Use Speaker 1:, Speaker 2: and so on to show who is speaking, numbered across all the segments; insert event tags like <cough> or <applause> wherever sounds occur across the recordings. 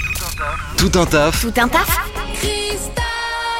Speaker 1: Tout un taf,
Speaker 2: Tout un taf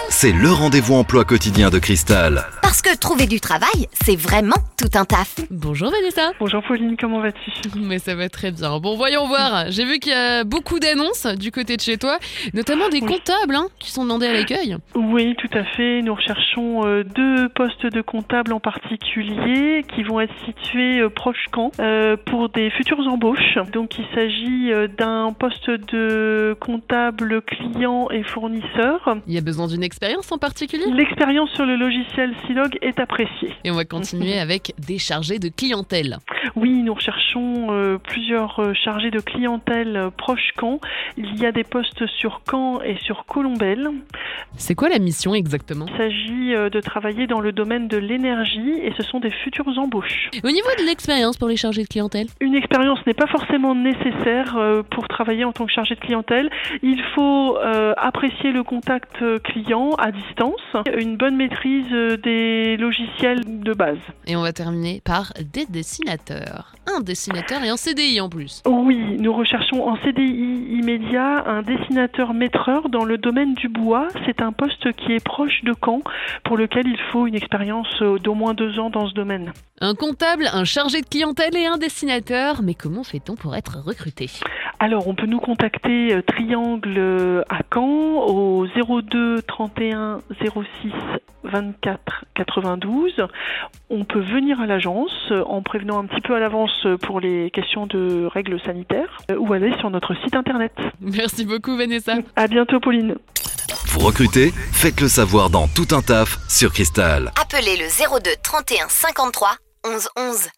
Speaker 1: c'est le rendez-vous emploi quotidien de Cristal.
Speaker 2: Parce que trouver du travail, c'est vraiment tout un taf.
Speaker 3: Bonjour Vanessa. <laughs>
Speaker 4: Bonjour Pauline, comment vas-tu
Speaker 3: Mais ça va très bien. Bon, voyons voir. J'ai vu qu'il y a beaucoup d'annonces du côté de chez toi, notamment des
Speaker 4: Oui.
Speaker 3: comptables hein, qui sont demandés à l'accueil.
Speaker 4: Oui, tout à fait. Nous recherchons euh, deux postes de comptables en particulier qui vont être situés euh, proche Caen euh, pour des futures embauches. Donc il s'agit euh, d'un poste de comptable client et fournisseur.
Speaker 3: Il y a besoin d'une expérience en particulier.
Speaker 4: L'expérience sur le logiciel Silog est appréciée.
Speaker 3: Et on va continuer avec des chargés de clientèle.
Speaker 4: Oui, nous recherchons euh, plusieurs euh, chargés de clientèle euh, proche Caen. Il y a des postes sur Caen et sur Colombelle.
Speaker 3: C'est quoi la mission exactement
Speaker 4: Il s'agit euh, de travailler dans le domaine de l'énergie et ce sont des futures embauches.
Speaker 3: Au niveau de l'expérience pour les chargés de clientèle
Speaker 4: Une expérience n'est pas forcément nécessaire euh, pour travailler en tant que chargé de clientèle. Il faut euh, apprécier le contact euh, client à distance, une bonne maîtrise euh, des logiciels de base.
Speaker 3: Et on va terminer par des dessinateurs. Un dessinateur et un CDI en plus.
Speaker 4: Oui, nous recherchons en CDI immédiat un dessinateur maîtreur dans le domaine du bois. C'est un poste qui est proche de Caen pour lequel il faut une expérience euh, d'au moins deux ans dans ce domaine.
Speaker 3: Un comptable, un chargé de clientèle et un dessinateur. Mais comment fait-on pour être recruté
Speaker 4: Alors, on peut nous contacter euh, Triangle euh, à Caen au 02 31 06 24 92. On peut venir à l'agence euh, en prévenant un petit peu à l'avance euh, pour les questions de règles sanitaires euh, ou aller sur notre site internet.
Speaker 3: Merci beaucoup Vanessa.
Speaker 4: À bientôt, Pauline.
Speaker 1: Vous recrutez Faites le savoir dans Tout un taf sur Cristal.
Speaker 2: Appelez le 02 31 53 11 11.